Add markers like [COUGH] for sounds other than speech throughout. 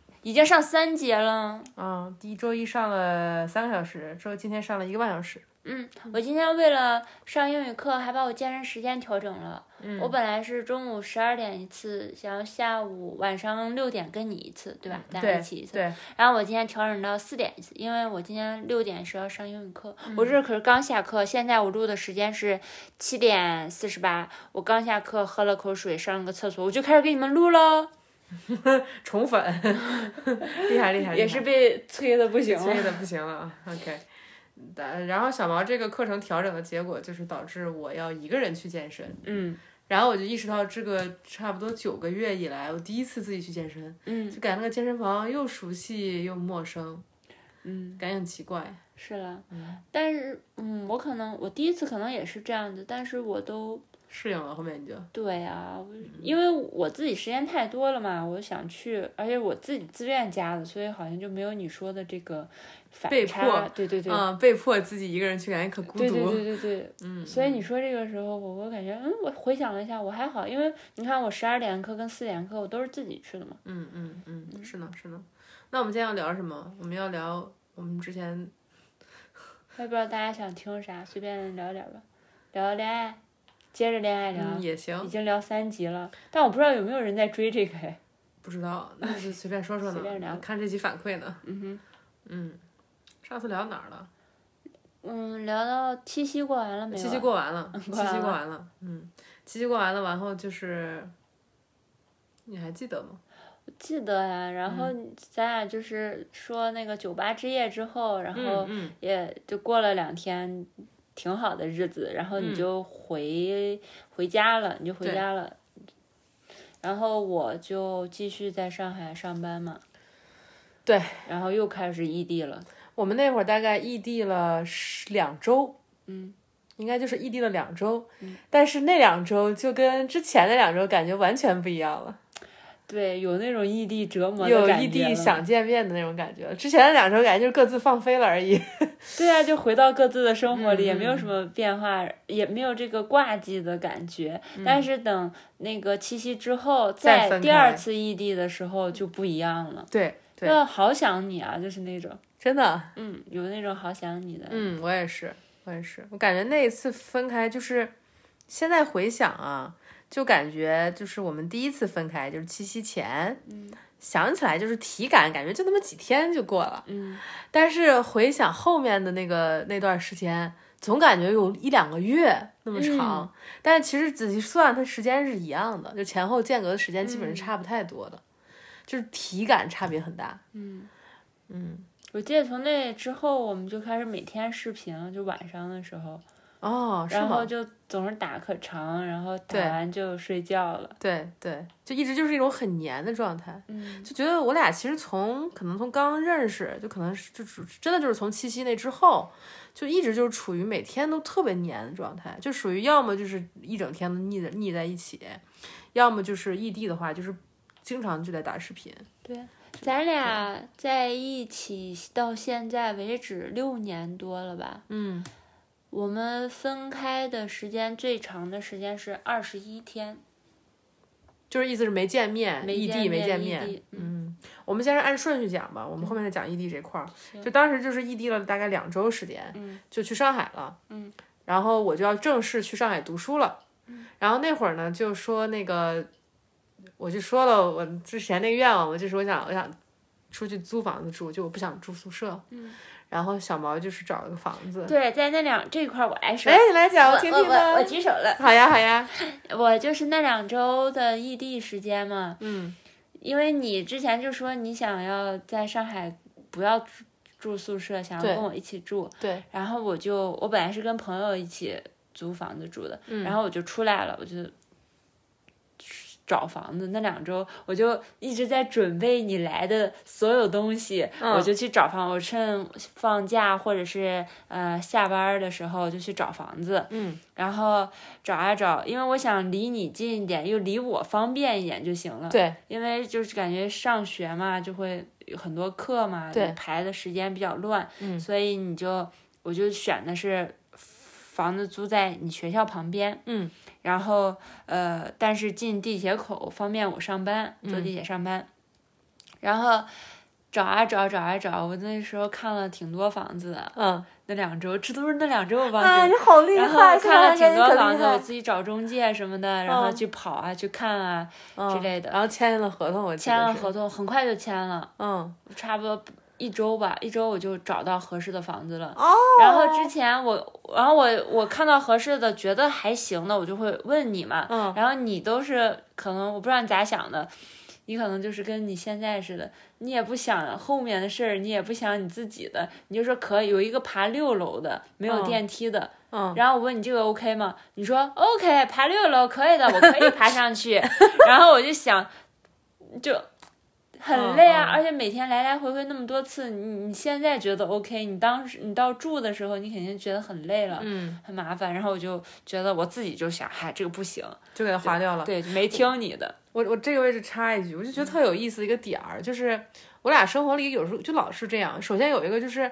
已经上三节了。嗯，第一周一上了三个小时，周今天上了一个半小时。嗯，我今天为了上英语课，还把我健身时间调整了。嗯我本来是中午十二点一次，然后下午晚上六点跟你一次，对吧？咱俩一起一次。嗯对，然后我今天调整到四点一次，因为我今天六点是要上英语课，嗯我这可是刚下课，现在我录的时间是七点四十八，我刚下课喝了口水，上了个厕所，我就开始给你们录哦喽，宠粉， [LAUGHS] 厉害厉害，厉害也是被催的不行了。哎催的不行了啊。OK，但嗯然后小毛这个课程调整的结果就是导致我要一个人去健身，嗯然后我就意识到这个差不多九个月以来，我第一次自己去健身，嗯就感觉那个健身房又熟悉又陌生，嗯，感觉很奇怪。是啦，但是嗯，我可能我第一次可能也是这样子，但是我都适应了，后面你就对啊，我嗯因为我自己时间太多了嘛，我想去，而且我自己自愿加的，所以好像就没有你说的这个反被差。迫对对对，嗯，被迫自己一个人去，感觉可孤对对独。对对对。嗯，所以你说这个时候，我我感觉，嗯，我回想了一下，我还好，因为你看我十二点课跟四点课，我都是自己去的嘛。嗯嗯嗯，是呢是呢。那我们今天要聊什么？我们要聊我们之前我也不知道大家想听啥，随便聊点吧，聊恋爱，接着恋爱聊，嗯也行已，经聊三集了，但我不知道有没有人在追这个哎。不知 [LAUGHS] 道，那就随便说说随便聊呢，看这期反馈呢。嗯哼。嗯，上次聊哪儿了？嗯，聊到七夕过完了没有啊？七夕过完了，嗯七夕过完了 [LAUGHS] 过完了，嗯，七夕过完了，完后就是，你还记得吗？记得呀，然后咱俩就是说那个酒吧之夜之后，然后嗯也就过了两天挺好的日子，然后你就回、回家了，你就回对家了。然后我就继续在上海上班嘛，对，然后又开始异地了。我们那会儿大概异地了十两周，嗯，应该就是异地了两周，但是那两周就跟之前那两周感觉完全不一样了，对，有那种异地折磨的有感觉异地了想见面的那种感觉了。之前的两周感觉就是各自放飞了而已。对啊，就回到各自的生活里，嗯也没有什么变化，也没有这个挂记的感觉。但是等那个七夕之后，再在分第开二次异地的时候就不一样了。 [LAUGHS] 对对，要好想你啊，就是那种， [LAUGHS] 真的，嗯，有那种好想你的，嗯，我也是，我也是，我感觉那一次分开就是，现在回想啊，就感觉就是我们第一次分开就是七夕前，嗯，想起来就是体感感觉就那么几天就过了，嗯，但是回想后面的那个那段时间，总感觉有一两个月那么嗯长，但是其实仔细算，它时间是一样的，就前后间隔的时间基本嗯是差不太多的，就是体感差别很大，嗯。嗯，我记得从那之后，我们就开始每天视频，就晚上的时候，哦，是然吗后？就总是打可长，然后打对完就睡觉了。对对，就一直就是一种很黏的状态。嗯就觉得我俩其实从可能从刚认识，就可能是就只真的就是从七夕那之后，就一直就是处于每天都特别黏的状态，就属于要么就是一整天都腻在腻在一起，要么就是异地的话，就是经常就在打视频。啊咱啊俩在一起到现在为止六年多了吧？嗯，我们分开的时间最长的时间是二十一天，就是意思是没见面，没异见地没面见异面地。嗯，我们先是按顺序讲吧，我们后面再讲异地这块儿。行就当时就是异地了大概两周时间，嗯就去上海了，嗯，然后我就要正式去上海读书了，然后那会儿呢就说那个，我就说了我之前那个愿望，我就是我想我想出去租房子住，就我不想住宿舍，嗯，然后小毛就是找了个房子，对，在那两这块儿我挨手，哎，你来讲，我听我听我我呢，举手了，好呀好呀，我就是那两周的异地时间嘛，嗯，因为你之前就说你想要在上海不要住住宿舍，想要对跟我一起住，对，然后我就我本来是跟朋友一起租房子住的，嗯然后我就出来了，我就找房子那两周，我就一直在准备你来的所有东西，嗯我就去找房。我趁放假或者是呃下班儿的时候就去找房子，嗯，然后找啊找，因为我想离你近一点，又离我方便一点就行了。对，因为就是感觉上学嘛，就会有很多课嘛，对排的时间比较乱，嗯所以你就我就选的是房子租在你学校旁边，嗯，然后呃，但是进地铁口方便我上班，坐嗯地铁上班，然后。找啊找找啊找，我那时候看了挺多房子的，嗯，那两周，这都是那两周我忘记啊，了。你好厉然后害，看了现挺在多可厉房子，害我自己找中介什么的，然后嗯去跑啊、去看啊之嗯哦类的。然后签了合同，我记得签了是合同，很快就签了，嗯，差不多一周吧，一周我就找到合适的房子了。哦，然后之前我，然后我我看到合适的，觉得还行的，我就会问你嘛。嗯然后你都是可能我不知道你咋想的，你可能就是跟你现在似的，你也不想后面的事儿，你也不想你自己的，你就说可以有一个爬六楼的，没有嗯电梯的，嗯，然后我问你这个 OK 吗？你说 OK，爬六楼可以的，我可以爬上去。 [LAUGHS] 然后我就想，就很累啊，嗯嗯而且每天来来回回那么多次，你你现在觉得 OK，你当时你到住的时候，你肯定觉得很累了，嗯，很麻烦。然后我就觉得我自己就想，嗨，这个不行，就给它划掉了。对，就没听你的，我我这个位置插一句，我就觉得特有意思的一个点儿，就是我俩生活里有时候就老是这样。首先有一个就是，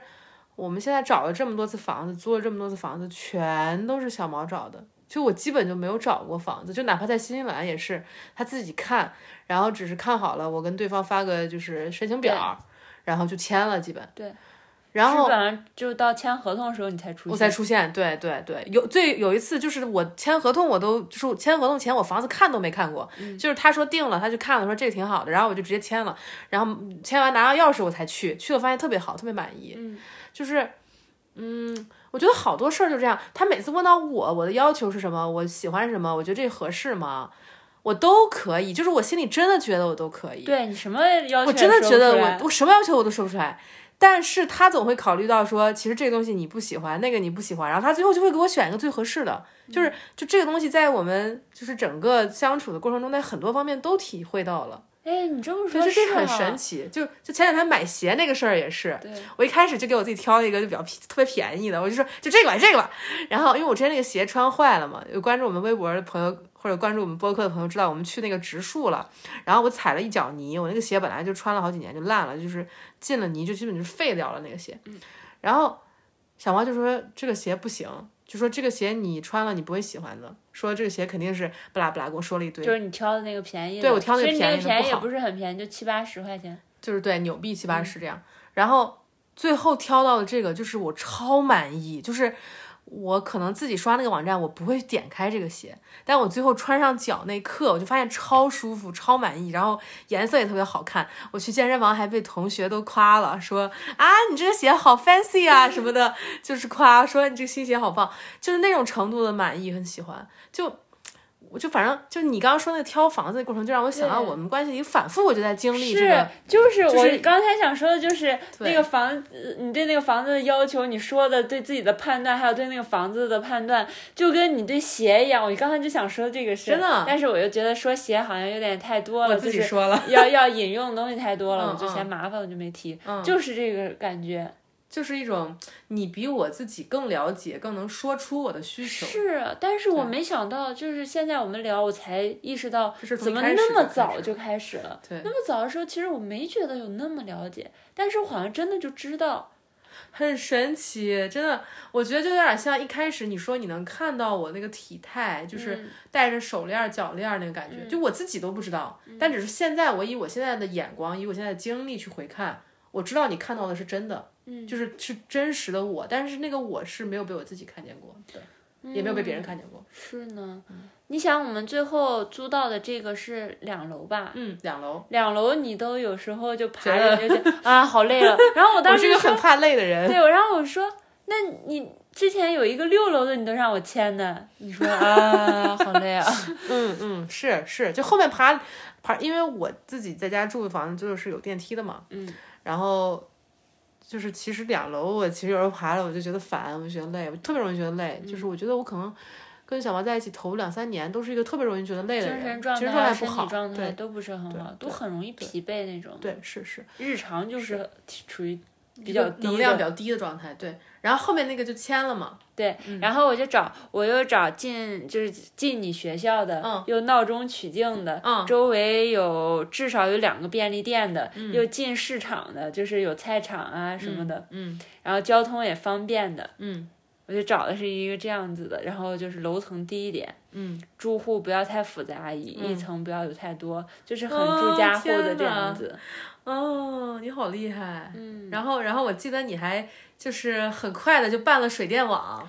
我们现在找了这么多次房子，租了这么多次房子，全都是小毛找的。就我基本就没有找过房子，就哪怕在新西兰也是，他自己看，然后只是看好了，我跟对方发个就是申请表，然后就签了，基本对。然后基本上就到签合同的时候你才出我现才。出现。对对对，有最有一次就是我签合同，我都就是我签合同前我房子看都没看过，就是他说定了，他去看了，说这个挺好的，然后我就直接签了，然后签完拿到钥匙我才去，去了发现特别好，特别满意。嗯，就是嗯，我觉得好多事儿就这样，他每次问到我我的要求是什么，我喜欢什么，我觉得这合适吗？我都可以，就是我心里真的觉得我都可以。对你什么要求我真的也说觉不得出来我我什么要求我都说不出来，但是他总会考虑到说，其实这个东西你不喜欢，那个你不喜欢，然后他最后就会给我选一个最合适的，嗯就是就这个东西在我们就是整个相处的过程中，在很多方面都体会到了，哎，你这么说对，就是这个很啊神奇。就就前两天买鞋那个事儿也是，对，我一开始就给我自己挑了一个就比较便特别便宜的，我就说就这个吧，这个吧。然后因为我之前那个鞋穿坏了嘛，有关注我们微博的朋友或者关注我们播客的朋友知道，我们去那个植树了，然后我踩了一脚泥，我那个鞋本来就穿了好几年就烂了，就是进了泥就基本就是废掉了那个鞋。嗯然后小猫就说这个鞋不行，就说这个鞋你穿了你不会喜欢的，说这个鞋肯定是不拉不拉给我说了一堆，就是你挑的那个便宜的，对我挑那个其实你那便宜的个便宜不也好不是很便宜，就七八十块钱。就是对纽币七八嗯十这样。然后最后挑到的这个，就是我超满意，就是我可能自己刷那个网站，我不会点开这个鞋，但我最后穿上脚那一刻，我就发现超舒服、超满意，然后颜色也特别好看。我去健身房还被同学都夸了，说啊你这个鞋好 fancy 啊什么的，就是夸说你这个新鞋好棒，就是那种程度的满意，很喜欢就。我就反正就你刚刚说那个挑房子的过程，就让我想到对我们关系里反复我就在经历这是个，就是就我是刚才想说的，就是对那个房子，你对那个房子的要求，你说的对自己的判断，还有对那个房子的判断，就跟你对鞋一样。我刚才就想说这个事，真的但是我又觉得说鞋好像有点太多了，我自己就是说 [LAUGHS] 了要要引用的东西太多了，嗯我就嫌嗯麻烦，我就没提。嗯就是这个感觉，就是一种你比我自己更了解，更能说出我的需求。是，啊但是我对没想到，就是现在我们聊，我才意识到这是，从怎一么开始那么就开早始就开始了。对那么早的时候，其实我没觉得有那么了解，但是我好像真的就知道。很神奇，真的，我觉得就有点像一开始你说你能看到我那个体态，就是嗯戴着手链儿、脚链儿那个感觉，就我自己都不知道，嗯但只是现在我以我现在的眼光，以我现在的经历去回看，我知道你看到的是真的，嗯就是是真实的我，但是那个我是没有被我自己看见过的，也没有被别人嗯看见嗯过。是呢，你想我们最后租到的这个是两楼吧？嗯，两楼，两楼你都有时候就爬觉着就觉得啊好累了，然后我当我是一时个说很怕累的人，对，然后我说那你之前有一个六楼的你都让我签的，你说 [LAUGHS] 啊好累啊， [LAUGHS] 嗯，嗯，是是，就后面爬爬，因为我自己在家住的房子就是有电梯的嘛，嗯，然后就是其嗯实两楼我其实有时候爬了我就觉得烦，我就觉得累，我特别容易觉得累，就是我觉得我可能跟小毛在一起头两三年，都是一个特别容易觉得累的精神人，精状态、啊神状态不身体好，状态对都不是很好，对都很容易疲惫那种。对是是，日常就是处于比一较个低能量比较低的状态，对。然后后面那个就签了嘛，对，嗯然后我就找，我又找进就是进你学校的，嗯又闹中取静的，嗯周围有至少有两个便利店的，又近市场的，就是有菜场啊什么的，嗯嗯然后交通也方便的，嗯我就找的是一个这样子的，然后就是楼层低一点，嗯，住户不要太复杂，一、一层不要有太多，就是很哦住家户的天这样哪子，哦，你好厉害。嗯，然后，然后我记得你还就是很快的就办了水电网，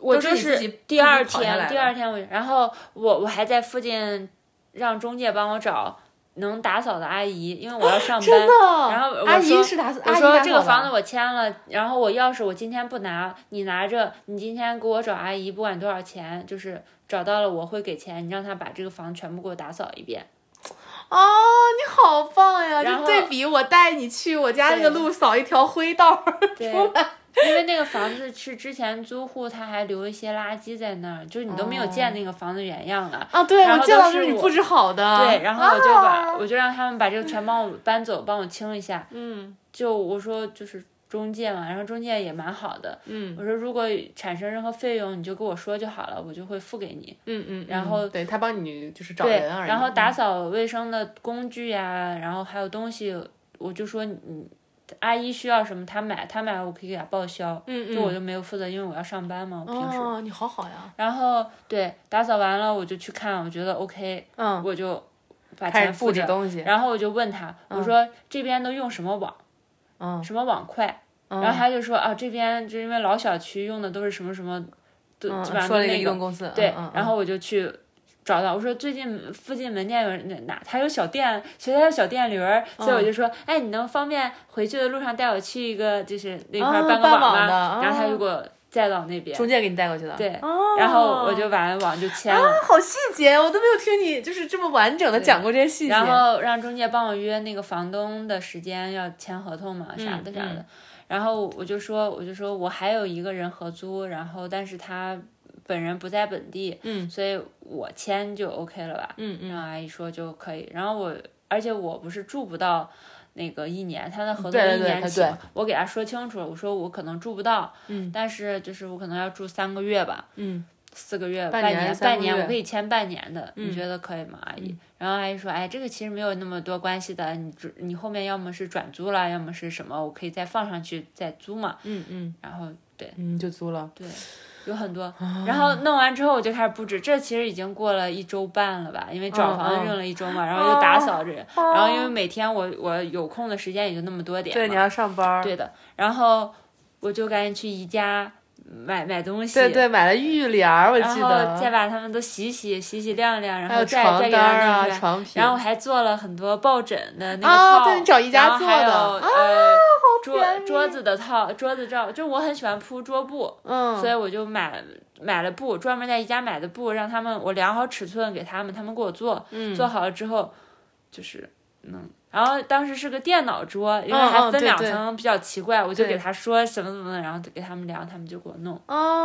我都就是你自己第二自己跑下天，来第的二天我，然后我我还在附近让中介帮我找能打扫的阿姨，因为我要上班。真的。然后我阿姨说是打，我阿姨说打这扫个的房子我签了，然后我钥匙我今天不拿，你拿着，你今天给我找阿姨，不管多少钱，就是找到了我会给钱，你让她把这个房全部给我打扫一遍。哦，你好棒呀！然后就对比我带你去我家那个对路扫一条灰道儿， [LAUGHS] 对，因为那个房子是之前租户他还留一些垃圾在那儿，就是你都没有哦见那个房子原样啊。啊，对然我后见都到是就是你我布置好的，对，然后我就把、啊我就让他们把这个全帮 [LAUGHS] 我搬走，帮我清一下。嗯就我说就是中介嘛，然后中介也蛮好的。嗯我说如果产生任何费用，你就跟我说就好了，我就会付给你。嗯嗯，然后嗯对他帮你就是找对，人而已，然后打扫卫生的工具呀、然后还有东西，我就说你你阿姨需要什么，她买，她买我可以给她报销。嗯嗯，就我就没有负责，因为我要上班嘛，我平时。哦，你好好呀，然后对，打扫完了我就去看，我觉得 OK，嗯，我就把开钱始付布置着。东西，然后我就问他，我说这边都用什么网，嗯什么网快？嗯然后他就说啊，这边就因为老小区用的都是什么什么，都嗯基本上都说了一个那移个动。公司，对嗯嗯，然嗯后我就去找到，我说最近附近门店有人哪还有小店，学校有小电驴儿，所以嗯我就说，哎，你能方便回去的路上带我去一个就是那块啊儿搬个搬网网的吗？啊然后他就给我载到那边，嗯中介给你带过去的，对，哦，然后我就把网就签了。好细节，我都没有听你就是这么完整的讲过这些细节，然后让中介帮我约那个房东的时间，要签合同嘛，啥的嗯啥的。然后我就说，我就说我还有一个人合租，然后但是他本人不在本地，嗯所以我签就 OK 了吧？嗯然嗯，后阿姨说就可以。然后我，而且我不是住不到。那个一年，他的合同对对一对年他起对嘛，我给他说清楚了，我说我可能住不到，嗯但是就是我可能要住三个月吧，嗯四个月、半半年三半个年，月嗯我可以签半年的，你觉得可以吗，阿姨？然后阿姨说，哎，这个其实没有那么多关系的，你只你后面要么是转租了，要么是什么，我可以再放上去再租嘛。嗯嗯然后对嗯，啊就租了，对，有很多。然后弄完之后我就开始布置，这其实已经过了一周半了吧，因为找房子嗯哦用了一周嘛，然后又打扫着，然后因为每天我我有空的时间也就那么多点嘛，对，你要上班，对的。然后我就赶紧去宜家买买东西，对对，买了浴帘儿，我记然后呃再得，把它们都洗洗洗洗晾晾，然还后有再床再给单它儿弄啊出来。床品，然后我还做了很多抱枕的那个啊套，对你找宜家然后还有做的啊呃桌甜蜜桌子的套，桌子罩，就我很喜欢铺桌布，嗯，所以我就买买了布，专门在宜家买的布，让他们我量好尺寸给他们，他们给我做，嗯做好了之后就是嗯。然后当时是个电脑桌，因为嗯还嗯分对两对层，比较奇怪，我就对给他说什么怎么的，然后给他们量，他们就给我弄。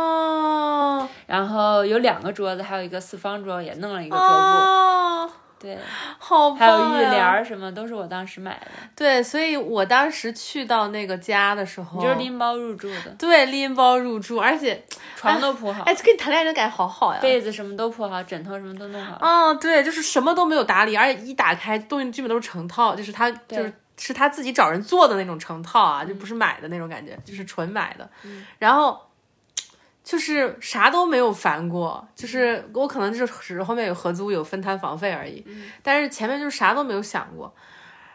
哦，然后有两个桌子，还有一个四方桌，也弄了一个桌布，哦，对，好棒还有浴呀帘儿什么都是我当时买的，对，所以我当时去到那个家的时候，就是拎包入住的，对拎包入住，而且床都铺好，哎，跟你谈恋爱的感觉好好呀。被子什么都铺好，枕头什么都弄好，啊、对，就是什么都没有打理，而且一打开东西基本都是成套，就是他就对是是他自己找人做的那种成套啊，就不是买的那种感觉，就是纯买的。然后就是啥都没有烦过，就是我可能就是只是后面有合租有分摊房费而已，但是前面就是啥都没有想过，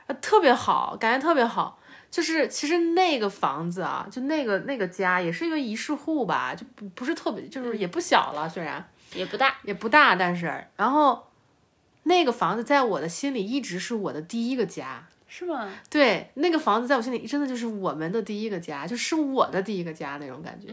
呃特别好，感觉特别好。就是其实那个房子啊，就那个那个家也是一个一室户吧，就不不是特别，就是也不小了，虽然。也不大，也不大，但是然后那个房子在我的心里一直是我的第一个家。是吗？对，那个房子在我心里真的就是我们的第一个家，就是我的第一个家那种感觉。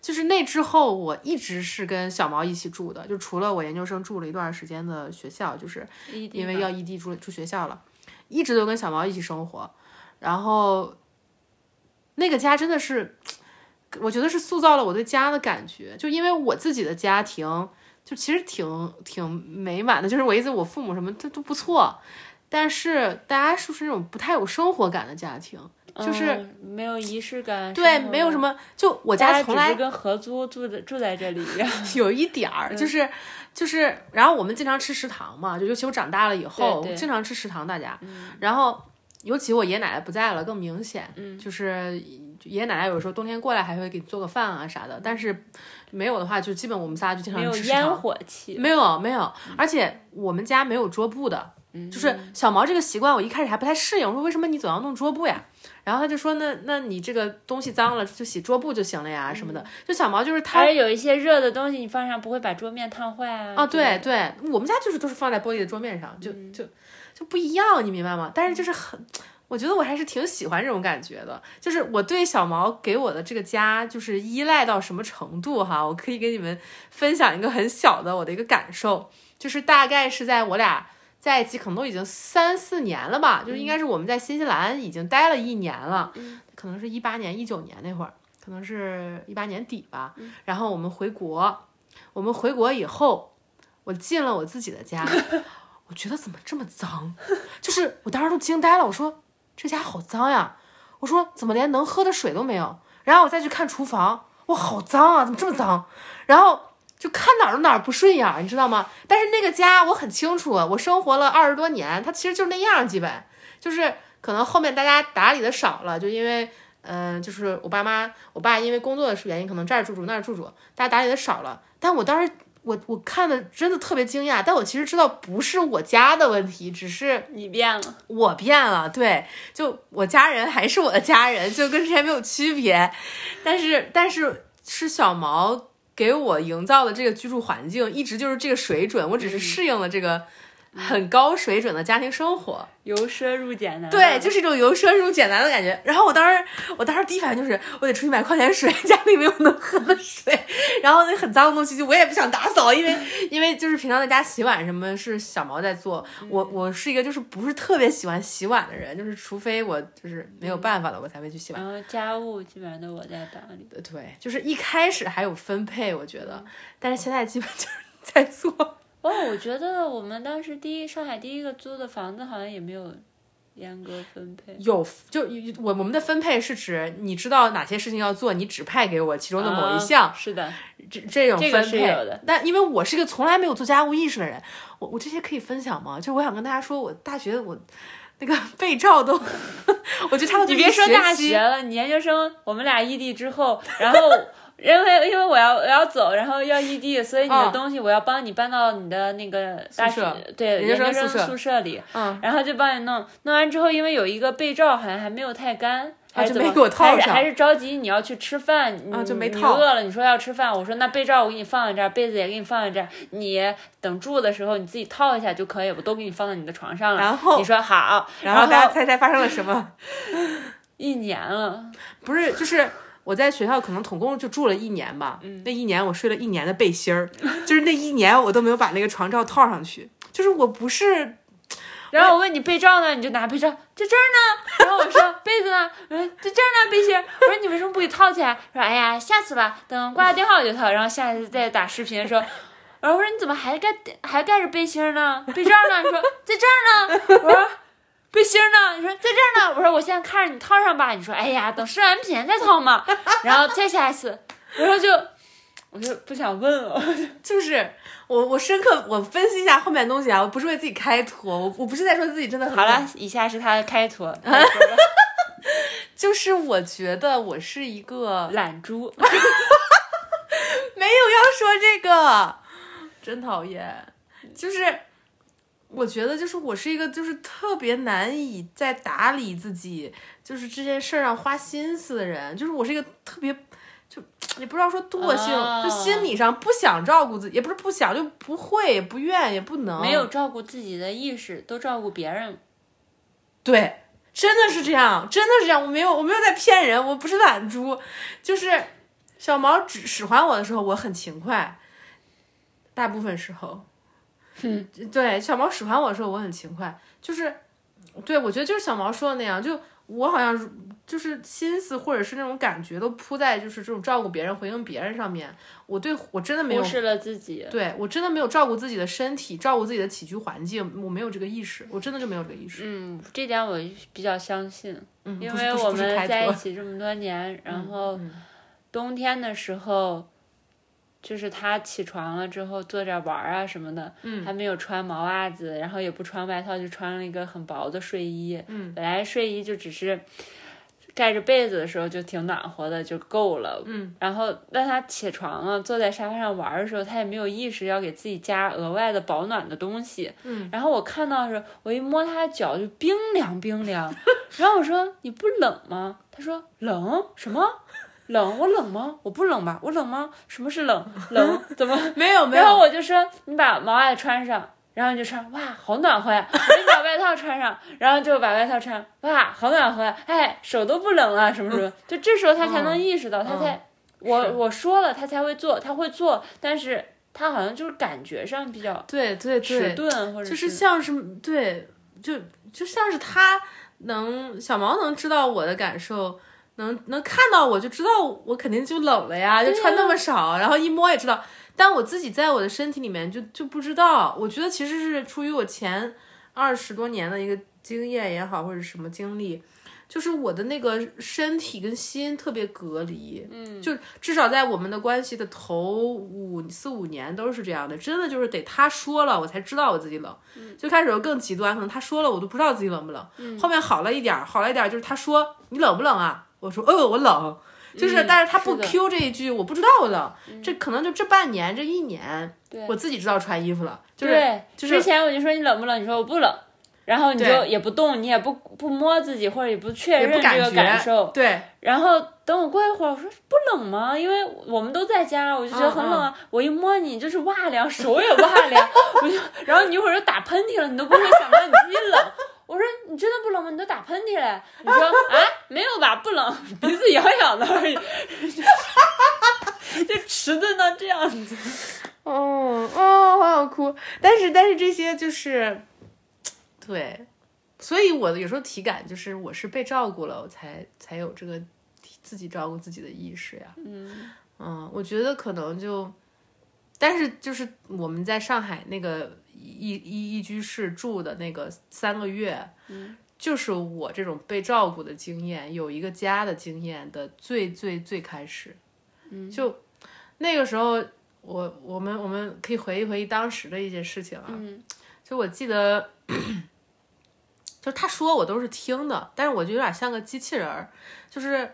就是那之后，我一直是跟小毛一起住的，就除了我研究生住了一段时间的学校，就是一定因为吧要异地住住学校了，一直都跟小毛一起生活。然后那个家真的是，我觉得是塑造了我对家的感觉，就因为我自己的家庭就其实挺挺美满的。就是我意思，我父母什么他都不错，但是大家是不是那种不太有生活感的家庭？就是嗯没有仪式感，对，嗯生活没有什么。就我大家家从只来是跟合租住的住在这里， [LAUGHS] 有一点儿，嗯就是就是，然后我们经常吃食堂嘛，就尤其我长大了以后，对对经常吃食堂，大家，然后尤其我爷爷奶奶不在了，更明显，嗯就是爷爷奶奶有时候冬天过来还会给做个饭啊啥的，但是没有的话，就基本我们啊仨就经没常有吃食烟堂，火气，没有没有，而且我们家没有桌布的，嗯就是小毛这个习惯，我一开始还不太适应，我说为什么你总要弄桌布呀？然后他就说那那你这个东西脏了就洗桌布就行了呀什么的，嗯就小毛就是他而且有一些热的东西你放上不会把桌面烫坏啊。啊，之类对的，对，我们家就是都是放在玻璃的桌面上，就、就就不一样，你明白吗？但是就是很，我觉得我还是挺喜欢这种感觉的，就是我对小毛给我的这个家就是依赖到什么程度哈，我可以给你们分享一个很小的我的一个感受，就是大概是在我俩。在一起可能都已经三四年了吧，就是应该是我们在新西兰已经待了一年了，可能是一八年、一九年那会儿，可能是一八年底吧。然后我们回国，我们回国以后，我进了我自己的家，我觉得怎么这么脏？就是我当时都惊呆了，我说这家好脏呀！我说怎么连能喝的水都没有？然后我再去看厨房，哇，好脏啊！怎么这么脏？然后就看哪儿都哪儿不顺眼儿，你知道吗？但是那个家我很清楚，我生活了二十多年，它其实就那样，基本就是可能后面大家打理的少了，就因为。嗯，就是我爸妈，我爸因为工作的原因，可能这儿住住那儿住住，大家打理的少了。但我当时我我看的真的特别惊讶，但我其实知道不是我家的问题，只是你变了，我变了，对，就我家人还是我的家人，就跟之前没有区别，但是但是是小毛给我营造的这个居住环境一直就是这个水准，我只是适应了这个很高水准的家庭生活，由奢入俭难。对，就是一种由奢入俭难的感觉。然后我当时，我当时第一反应就是，我得出去买矿泉水，家里没有能喝的水， [LAUGHS] 然后那很脏的东西，就我也不想打扫，因为因为就是平常在家洗碗什么是小毛在做，我我是一个就是不是特别喜欢洗碗的人，就是除非我就是没有办法了，我才会去洗碗。然后家务基本上都我在打理，对，就是一开始还有分配，我觉得，但是现在基本就是在做。哦，我觉得我们当时第一上海第一个租的房子好像也没有严格分配， [LAUGHS] 有就我我们的分配是指你知道哪些事情要做，你指派给我其中的某一项，啊是的，这这种这分个配，是有的但因为我是一个从来没有做家务意识的人，我我这些可以分享吗？就是我想跟大家说，我大学我那个 [LAUGHS] 被罩都，我觉得差不多你别说大学学了，你研究生我们俩异地之后， [LAUGHS] 然后因为因为我要我要走，然后要异地，所以你的啊东西我要帮你搬到你的那个大宿学舍对研究究生生宿舍宿舍里，嗯，然后就帮你弄弄完之后，因为有一个被罩好像还没有太干。还是啊就怎么没给我套还是上啊还是着急你要去吃饭，你、就没你套饿了，你说要吃饭，我说那被罩我给你放在这儿，被子也给你放在这儿，你等住的时候你自己套一下就可以，我都给你放在你的床上了。然后你说好，然后大家猜猜发生了什么？一年了，不是，就是我在学校可能总共就住了一年吧，嗯那一年我睡了一年的背心儿，就是那一年我都没有把那个床罩套上去，就是我不是然后我问你被罩呢，你就拿被罩，在这儿呢。然后我说被子呢，我说在这儿呢，背心儿。我说你为什么不给套起来？说哎呀，下次吧，等挂了电话我就套。然后下次再打视频的时候，然后我说你怎么还盖还盖着背心儿呢？被罩呢？你说在这儿呢。我说。背心儿呢？你说在这儿呢。我说我现在看着你套上吧。你说哎呀，等试完品再套嘛。然后再下一次，然后就我就不想问了。就是我我深刻我分析一下后面的东西啊，我不是为自己开脱，我我不是在说自己真的很好懒了，以下是他的开脱，就是我觉得我是一个懒猪。 [LAUGHS] 没有要说这个，真讨厌。就是我觉得，就是我是一个，就是特别难以在打理自己，就是这件事儿上花心思的人。就是我是一个特别，就也不知道说惰性，哦就心理上不想照顾自己，也不是不想，就不会，也不愿，也不能。没有照顾自己的意识，都照顾别人。对，真的是这样，真的是这样，我没有，我没有在骗人，我不是懒猪，就是小毛只使唤我的时候，我很勤快，大部分时候，嗯，对，小毛使唤我的时候，我很勤快，就是，对我觉得就是小毛说的那样，就我好像就是心思或者是那种感觉都扑在就是这种照顾别人、回应别人上面。我对我真的没有忽视了自己。对我真的没有照顾自己的身体，照顾自己的起居环境，我没有这个意识，我真的就没有这个意识。嗯，这点我比较相信，嗯，因不是为不是我不是们开在脱一起这么多年，然后嗯冬天的时候，就是他起床了之后坐着玩儿啊什么的，嗯还没有穿毛袜子，然后也不穿外套，就穿了一个很薄的睡衣。嗯，本来睡衣就只是盖着被子的时候就挺暖和的，就够了。嗯，然后让他起床了，坐在沙发上玩儿的时候，他也没有意识要给自己加额外的保暖的东西。嗯，然后我看到的时候，我一摸他的脚就冰凉冰凉， [LAUGHS] 然后我说你不冷吗？他说冷什么？冷，我冷吗？我不冷吧？我冷吗？什么是冷？ [LAUGHS] 冷怎么？没有没然后有，我就说你把毛袜穿上，然后你就穿，哇，好暖和呀！我就把外套穿上，然后就把外套穿，哇，好暖和呀！哎，手都不冷了，什么什嗯么，就这时候他才能意识到，他才、我我说了，他才会做，他会做，但是他好像就是感觉上比较对对迟对，钝，或者就是像是对，就就像是他能小毛能知道我的感受。能能看到我就知道我肯定就冷了呀，就对穿那呀么少，然后一摸也知道。但我自己在我的身体里面就就不知道，我觉得其实是出于我前二十多年的一个经验也好，或者什么经历，就是我的那个身体跟心特别隔离，嗯，就至少在我们的关系的头五四五年都是这样的，真的就是得他说了我才知道我自己冷，就开始有更极端，可能他说了我都不知道自己冷不冷，后面好了一点儿，好了一点儿就是他说你冷不冷啊？我说哦我冷，就是、嗯但是他不是的 Q 这一句，我不知道我冷，这可能就这半年这一年，对我自己知道穿衣服了，就是对，就是之前我就说你冷不冷，你说我不冷，然后你就对也不动，你也不不摸自己，或者也不确也认不感这觉个感受。对然后等我过一会儿，我说不冷吗？因为我们都在家，我就觉得很冷啊。我一摸你就是哇凉，手也哇凉，我就然后你一会儿就打喷嚏了，你都不会想到你自己冷。 [LAUGHS] 我说你真的不冷吗？你都打喷嚏了。你说啊没有吧，不冷，鼻子痒痒的而已。 [LAUGHS] 就迟钝到这样子， [LAUGHS] 哦哦，好想哭。但是但是这些就是，对，所以我有时候体感就是我是被照顾了，我才才有这个体自己照顾自己的意识呀。嗯嗯，我觉得可能就，但是就是我们在上海那个一一一居室住的那个三个月，嗯就是我这种被照顾的经验，有一个家的经验的最最最开始，嗯就那个时候，我我们我们可以回忆回忆当时的一些事情啊，嗯就我记得，就是他说我都是听的，但是我就有点像个机器人儿，就是。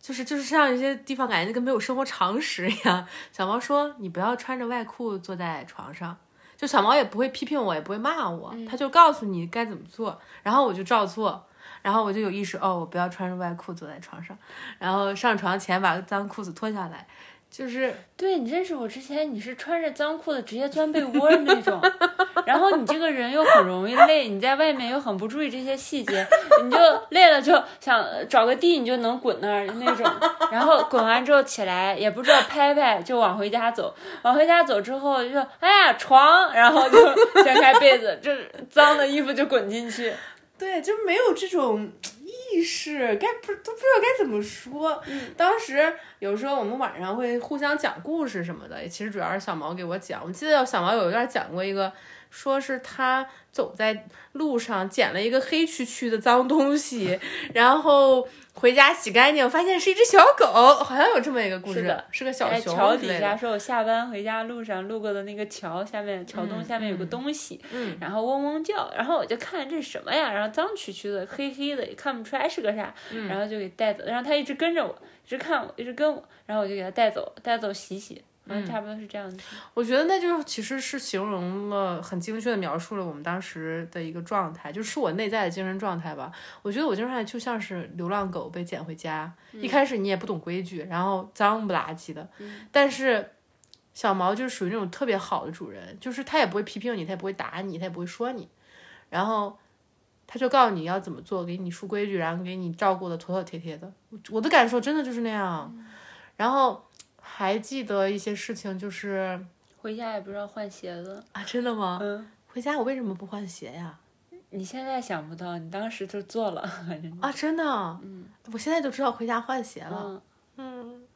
就是就是像一些地方感觉就跟没有生活常识一样。小毛说：“你不要穿着外裤坐在床上。”就小毛也不会批评我，也不会骂我，他就告诉你该怎么做，然后我就照做。然后我就有意识，哦，我不要穿着外裤坐在床上，然后上床前把脏裤子脱下来，就是对你认识我之前，你是穿着脏裤子直接钻被窝的那种， [LAUGHS] 然后你这个人又很容易累，你在外面又很不注意这些细节， [LAUGHS] 你就累了就想呃找个地你就能滚那儿那种，然后滚完之后起来也不知道拍拍就往回家走，往回家走之后就哎呀床，然后就掀开被子，这脏的衣服就滚进去，对，就没有这种意识，该不都不知道该怎么说。嗯当时有时候我们晚上会互相讲故事什么的，其实主要是小毛给我讲。我记得小毛有一段讲过一个，说是他走在路上捡了一个黑黢黢的脏 [LAUGHS] 东西，然后回家洗干净，发现是一只小狗，好像有这么一个故事，是的个小在熊桥之底类的下说，我下班回家路上路过的那个桥下面，桥洞下面有个东西，嗯然后嗡嗡叫，然后我就看这是什么呀，然后脏黢黢的，黑黑的，也看不出来是个啥，嗯然后就给带走，然后它一直跟着我，一直看我，一直跟我，然后我就给它带走，带走洗洗，嗯，差不多是这样子，我觉得那就其实是形容了很精确的描述了我们当时的一个状态，就是我内在的精神状态吧。我觉得我精神状态就像是流浪狗被捡回家，一开始你也不懂规矩，然后脏不拉几的，但是小毛就是属于那种特别好的主人，就是它也不会批评你，它也不会打你，它也不会说你，然后。它就告诉你要怎么做，给你出规矩，然后给你照顾的妥妥帖帖的。我我的感受真的就是那样，然后还记得一些事情，就是回家也不知道换鞋子，啊，真的吗？嗯，回家我为什么不换鞋呀？你现在想不到，你当时就做了， [LAUGHS] 哎反正啊，真的，嗯，我现在就知道回家换鞋了，嗯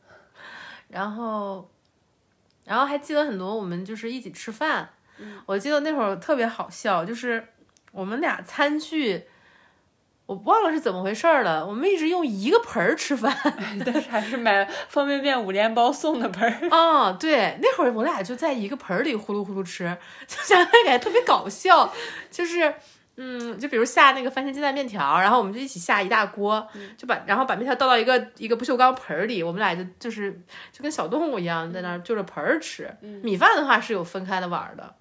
然后，然后还记得很多，我们就是一起吃饭。嗯我记得那会儿特别好笑，就是我们俩餐具，我忘了是怎么回事儿了。我们一直用一个盆儿吃饭。但是还是买方便面五连包送的盆儿。[LAUGHS] 啊、对，那会儿我俩就在一个盆儿里呼噜呼噜吃，就想想感觉特别搞笑。就是，嗯，就比如下那个番茄鸡蛋面条，然后我们就一起下一大锅，就把然后把面条倒到一个一个不锈钢盆儿里，我们俩就就是就跟小动物一样在那儿就着盆儿吃。米饭的话是有分开的碗儿的。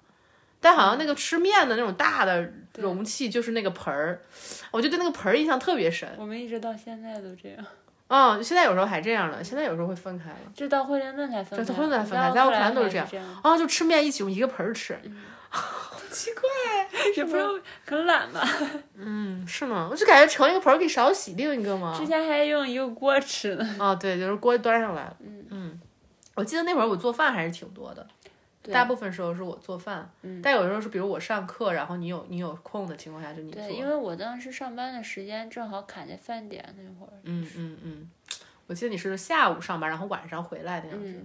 但好像那个吃面的那种大的容器就是那个盆儿，我就对那个盆儿印象特别深。我们一直到现在都这样，嗯，现在有时候还这样呢，现在有时候会分开。这到惠灵顿才分开，这惠灵顿才分开到在乌克克兰都是这样，啊，就吃面一起用一个盆儿吃， [LAUGHS] 也不知道很懒吧？嗯，是吗？我就感觉盛一个盆儿可以少洗另一 [LAUGHS] 个吗？之前还用一个锅吃呢。啊，对，就是锅端上来了。嗯我记得那会儿我做饭还是挺多的，对嗯大部分时候是我做饭，但有时候是比如我上课，然后你有你有空的情况下就你做。对，因为我当时上班的时间正好砍在饭点那会儿，嗯嗯嗯，我记得你是下午上班，然后晚上回来那样子。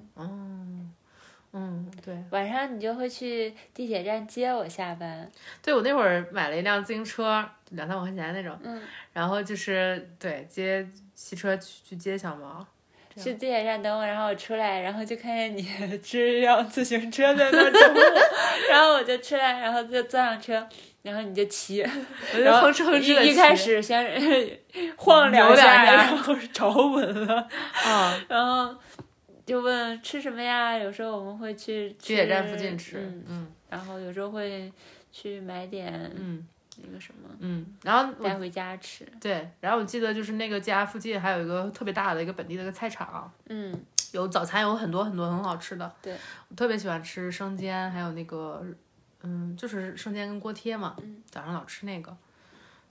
嗯，对。晚上你就会去地铁站接我下班。对，我那会儿买了一辆自行车，两三万块钱那种，嗯，然后就是对接骑车去去接小毛，去地铁站等我，然后我出来，然后就看见你支一辆自行车在那儿等 [LAUGHS] 我，然后我就出来，然后就坐上车，然后你就 [LAUGHS] 骑，我就然后哼哧哼哧的一一开始先 [LAUGHS] 晃扭两两下然后找稳了，啊，然后就问吃什么呀？有时候我们会去地铁站附近吃，嗯，嗯然后有时候会去买点嗯那个什么嗯，然后我带回家吃，对，然后我记得就是那个家附近还有一个特别大的一个本地的一个菜场，嗯，有早餐有很多很多很好吃的，对我特别喜欢吃生煎，还有那个嗯，就是生煎跟锅贴嘛，嗯早上老吃那个。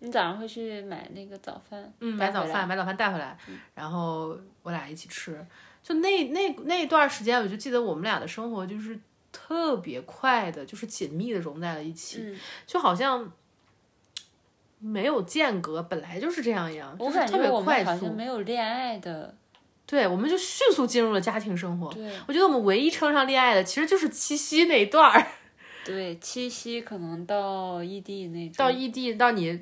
你早上会去买那个早饭，嗯，带买早回来嗯饭，买早饭带回来，然后我俩一起吃。就那那那段时间，我就记得我们俩的生活就是特别快的，就是紧密的融在了一起，嗯就好像没有间隔，本来就是这样一样，我就是感特觉别我们快好像速。没有恋爱的，对，我们就迅速进入了家庭生活。对我觉得我们唯一称上恋爱的，其实就是七夕那一段儿，对，七夕可能到异地那到种，嗯异地，到你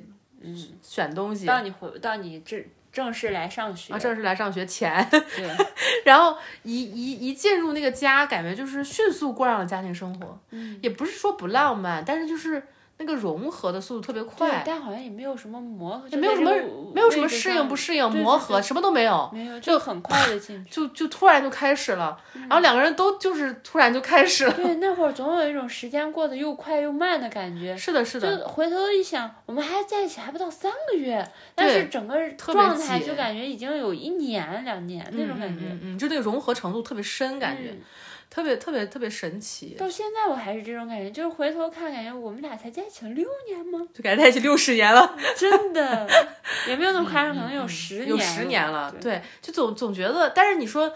选东西，到你回到你正正式来上学，啊，正式来上学前，对， [LAUGHS] 然后一一一进入那个家，感觉就是迅速过上了家庭生活。嗯，也不是说不浪漫，但是就是那个融合的速度特别对，快，但好像也没有什么磨合，也没有什么没有什么适应不适适应、对对磨合，对什么都没有，没有，就就很快的进去。就就突然就开始了。嗯然后两个人都就是突然就开始了。对，那会儿总有一种时间过得又快又慢的感觉。是的，是的，就回头一想，我们还在一起还不到三个月，但对是整个特别状态紧就感觉已经有一年两年那种感觉。嗯嗯嗯，就那个融合程度特别深，感觉、嗯特别特别特别神奇，到现在我还是这种感觉，就是回头看，感觉我们俩才在一起六年 [LAUGHS] 吗？就感觉在一起六十年了，真的，也没有那么夸张，可能有十年，嗯有十年了，对，对，就总总觉得，但是你说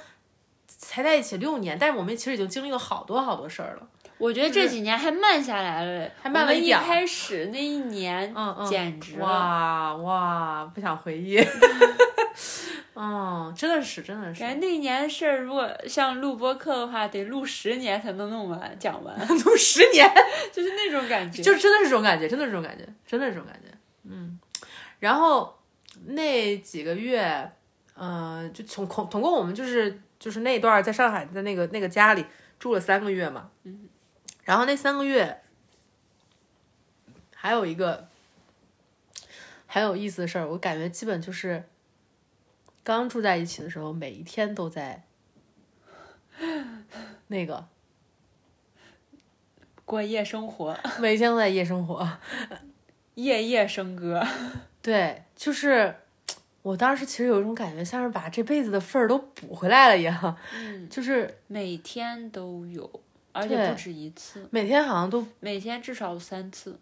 才在一起六年，但是我们其实已经经历了好多好多事儿了，我觉得这几年还慢下来了，还慢了一一点儿开始那一年，嗯嗯，简直了，哇哇，不想回忆。 [LAUGHS] 嗯，真的是，真的是， [LAUGHS] 感觉那一年的事儿，如果像录播课的话，得录十年才能弄完讲完， [LAUGHS] 都十年，就是那种感觉。就真的是这种感觉，真的是这种感觉，真的是这种感觉。嗯，然后那几个月，嗯、就从统统共我们就是就是那段在上海的那个那个家里住了三个月嘛，嗯，然后那三个月还有一个很有意思的事儿，我感觉基本就是刚住在一起的时候，每一天都在那个过夜生活，每一天都在夜生活。夜夜笙歌，对，就是我当时其实有一种感觉，像是把这辈子的份儿都补回来了一样，嗯就是每天都有，而对且不止一次，每天好像都每天至少有三次。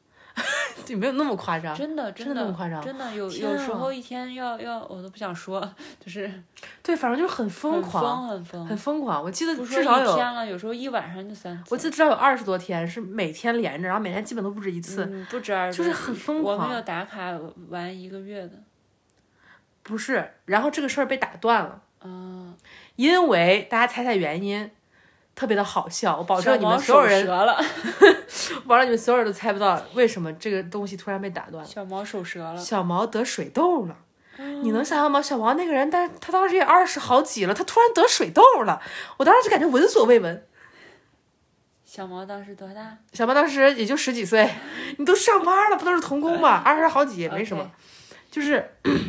就没有那么夸张。真的真的的那么夸张真的有天有时啊候一天要要我都不想说， [LAUGHS] 就是对，反正就是很很疯狂，疯很疯，很疯狂。我记得不说至少一有，天了，有时候一晚上就三次，我记得至少有二十多天是每天连着，然后每天基本都不止一次，嗯不止二十就多是很疯我们有狂。打卡玩一个月的，不是，然后这个事儿被打断了，嗯，因为大家猜猜原因，特别的好笑。我保证你们小毛所有手人，折了，我保证你们所有人都猜不到为什么这个东西突然被打断了。小毛手折了，小毛得水痘了。你能想象吗？小毛那个人，但是他当时也二十好几了，他突然得水痘了，我当时就感觉闻所未闻。小毛当时多大？小毛当时也就十几岁，你都上班了，不都是童工吗？二十好几也没什么 OK 就是 [CLEARS THROAT]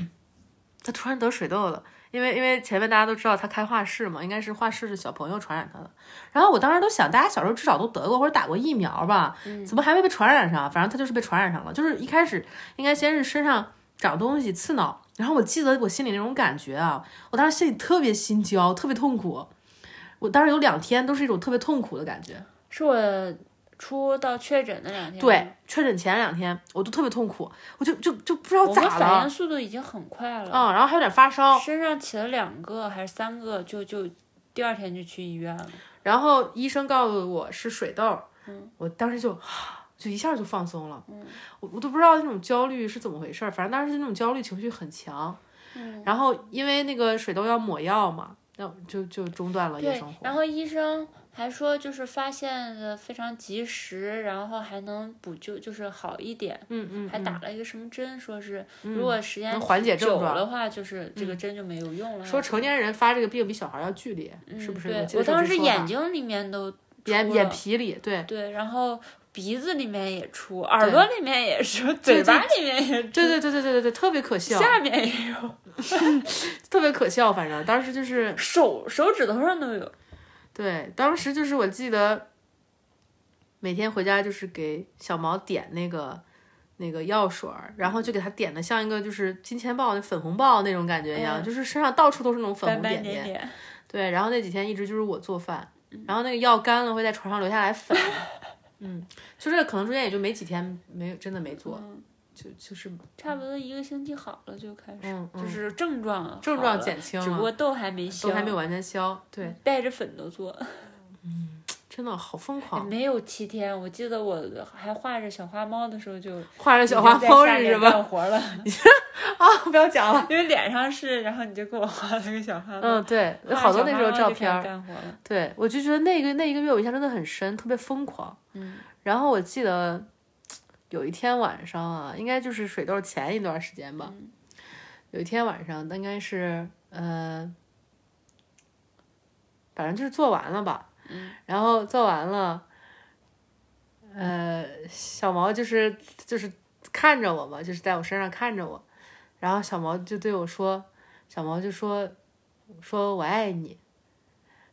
他突然得水痘了，因为因为前面大家都知道他开画室嘛，应该是画室的小朋友传染他的。然后我当时都想，大家小时候至少都得过或者打过疫苗吧，怎么还没被传染上？反正他就是被传染上了，就是一开始应该先是身上长东西刺挠，然后我记得我心里那种感觉啊，我当时心里特别心焦，特别痛苦。我当时有两天都是一种特别痛苦的感觉，是我出到确诊那两天，对，，确诊前两天我都特别痛苦，我就就就不知道我们咋反应了，速度已经很快了，嗯，然后还有点发烧，身上起了两个还是三个，就就第二天就去医院了，然后医生告诉我是水痘，嗯，我当时就就一下就放松了，嗯，我我都不知道那种焦虑是怎么回事儿，反正当时就那种焦虑情绪很强，嗯，然后因为那个水痘要抹药嘛，那就就中断了夜对生，活，然后医生还说就是发现的非常及时，然后还能补救，就是好一点。嗯嗯，还嗯打了一个什么针，说是如果时间能缓解症久状嗯的话，就是这个针就没有用了。说成年人发这个病比小孩要剧烈，嗯是不是？对记，得我这当句时说眼法睛里面都眼出了眼皮里，对，对，然后鼻子里面也出，耳朵里面也 [LAUGHS] 是，对嘴巴里面也出，对对对对对对对，特别可笑，下面也有， [LAUGHS] 特别可笑。反正当时就是手手指头上都有。对，当时就是我记得每天回家就是给小毛点那个那个药水儿，然后就给他点的像一个就是金钱豹那粉红豹那种感觉一嗯样，就是身上到处都是那种粉斑红斑点点点，对，然后那几天一直就是我做饭，嗯然后那个药干了会在床上留下来粉。 [LAUGHS] 嗯，就这个可能中间也就没几天没有真的没做，嗯就就是差不多一个星期好了就开始，嗯嗯就是症状啊症好状了减轻只不了，过痘还没消，都还没有完全消。对，带着粉都做，真的好疯狂。没有七天。我记得我还画着小花猫的时候就画着小花猫是什什么？干活了， [LAUGHS] 啊，不要讲了。因为脸上是，然后你就给我画了个小花猫。嗯，对，画好多小那花时候猫照就开始片儿。干活了，对，我就觉得那个那一个月我印象真的很深，特别疯狂。嗯，然后我记得有一天晚上啊，应该就是水痘前一段时间吧。有一天晚上，应该是呃，反正就是做完了吧。嗯。然后做完了，呃，小毛就是就是看着我嘛，就是在我身上看着我，然后小毛就对我说，小毛就说说我爱你，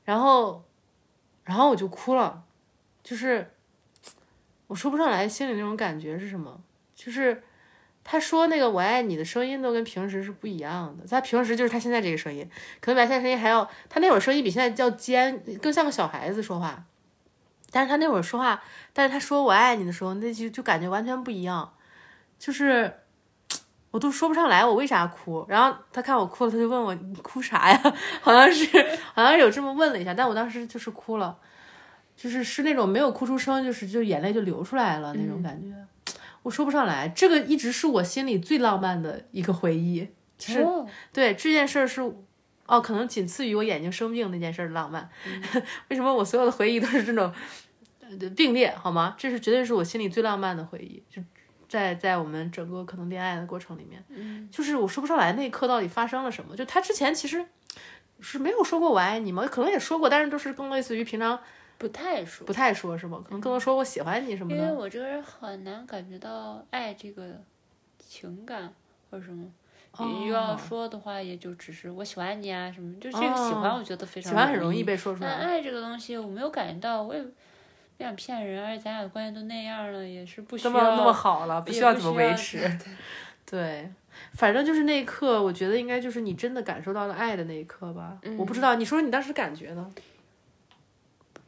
然后然后我就哭了，就是。我说不上来心里那种感觉是什么，就是他说那个“我爱你”的声音都跟平时是不一样的。他平时就是他现在这个声音，可能比他现在声音还要，他那会儿声音比现在要尖，更像个小孩子说话。但是他那会儿说话，但是他说“我爱你”的时候，那就就感觉完全不一样，就是。我都说不上来我为啥哭，然后他看我哭了，他就问我你哭啥呀？ [LAUGHS] 好像是 [LAUGHS] 好像有这么问了一下，但我当时就是哭了。就是是那种没有哭出声，就是就眼泪就流出来了那种感觉，我说不上来。这个一直是我心里最浪漫的一个回忆。是哦对这件事儿是，哦，可能仅次于我眼睛生病那件事儿的浪漫。嗯 [LAUGHS] 为什么我所有的回忆都是这种呃并列？好吗？这是绝对是我心里最浪漫的回忆，就在在我们整个可能恋爱的过程里面，嗯就是我说不上来那一刻到底发生了什么。就他之前其实是没有说过我爱你吗？可能也说过，但是都是更类似于平常。不嗯太熟，不太说是吗？可能更多说我喜欢你什么因为的。我这个人很难感觉到爱这个情感或者什么。你要哦说的话，也就只是我喜欢你啊什么，就这个喜哦欢，我觉得非喜常欢很容易被说出但来，爱这个东西，我没有感觉到，我也不想骗人，而且咱俩的关系都那样了，也是不需这要么那么好了，也不需要怎么维需持。 [LAUGHS] 对，反正就是那一刻，我觉得应该就是你真的感受到了爱的那一嗯刻吧。我不知道，你说你当时感觉呢？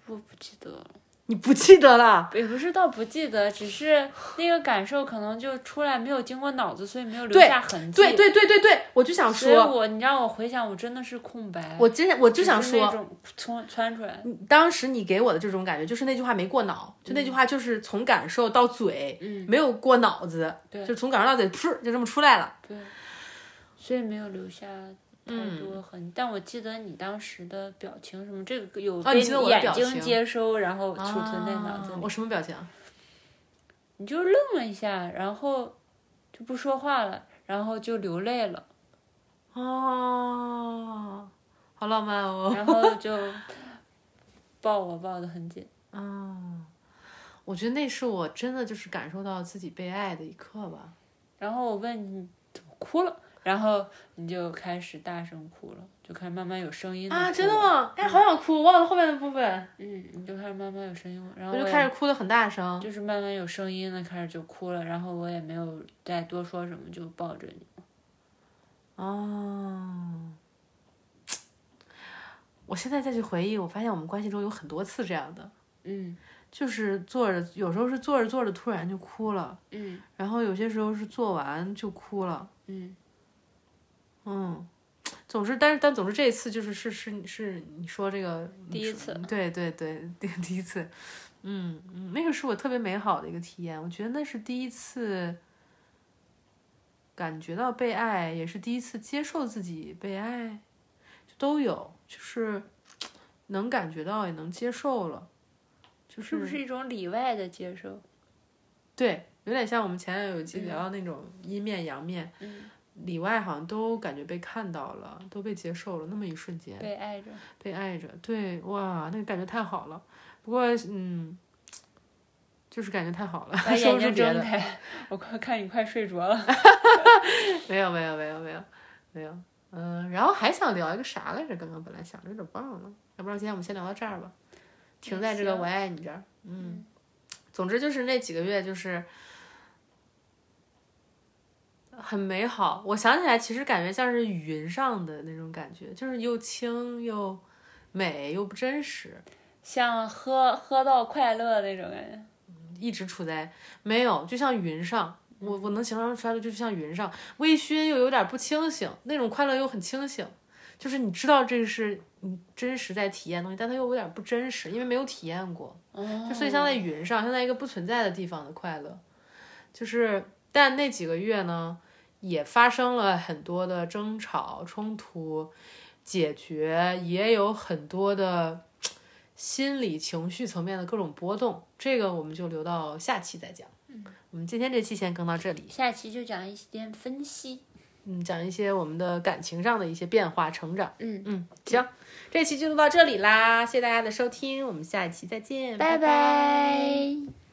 我不记得了，你不记得了？也不是倒不记得，只是那个感受可能就出来没有经过脑子，所以没有留对下痕迹。对对对对对，我就想所以说，我你让我回想，我真的是空白。我真我就只想是那说，种窜窜出来，当时你给我的这种感觉，就是那句话没过脑，就那句话就是从感受到嘴，嗯，没有过脑子，对就从感受到嘴，噗就这么出来了。对，所以没有留下太嗯多痕。但我记得你当时的表情什么，这个有啊被你记得我的眼表睛情接收，然哦后储存在脑子啊里。我什么表情？你就愣了一下，然后就不说话了，然后就流泪了，哦，好浪漫哦。然后就抱我抱得很紧。啊我觉得那是我真的就是感受到自己被爱的一刻吧。然后我问你怎么哭了，然后你就开始大声哭了，就开始慢慢有声音啊，哭真的了？吗？哎，好想哭，忘了后面的部分，嗯，你就开始慢慢有声音了，然后我就也开始哭的很大声。就是慢慢有声音了，开始就哭了，然后我也没有再多说什么，就抱着你。哦，我现在再去回忆，我发现我们关系中有很多次这样的，嗯就是坐着，有时候是坐着坐着突然就哭了，嗯然后有些时候是做完就哭了，嗯，嗯。总之，但是但总之，这一次就是是是是你嗯说这个第一次，对对对，第 [LAUGHS] 第一次，嗯嗯，那个是我特别美好的一个体验。我觉得那是第一次感觉到被爱，也是第一次接受自己被爱，就都有，就是能感觉到，也能接受了，就是不是一种里外的接受？对，有点像我们前面有一期聊到那种阴面阳面，嗯，里外好像都感觉被看到了，都被接受了，那么一瞬间。被爱 [LAUGHS] 着。被爱着，对，哇，那个感觉太好了。不过，嗯，就是感觉太好了，把说眼不出睛别睁的。开，我快看你快睡着了。没有，没有，没有，没有，没有。嗯，然后还想聊一个啥来着？刚刚本来想着，有点忘了。要不然今天我们先聊到这儿吧，停在这个哎行我爱你这儿。嗯，总之就是那几个月就是很美好。我想起来，其实感觉像是云上的那种感觉，就是又轻又美又不真实。像喝喝到快乐那种感觉。一直处在没有，就像云上。我我能形容出来的就像云上，微醺又有点不清醒，那种快乐又很清醒，就是你知道这个是你真实在体验的东西，但它又有点不真实，因为没有体验过，哦就所以像在云上，像在一个不存在的地方的快乐，就是但那几个月呢，也发生了很多的争吵冲突，解决也有很多的心理情绪层面的各种波动，这个我们就留到下期再讲。嗯，我们今天这期先更到这里。下期就讲一些分析。嗯，讲一些我们的感情上的一些变化、成长。嗯嗯，行，嗯这期就到这里啦，谢谢大家的收听，我们下一期再见，拜拜拜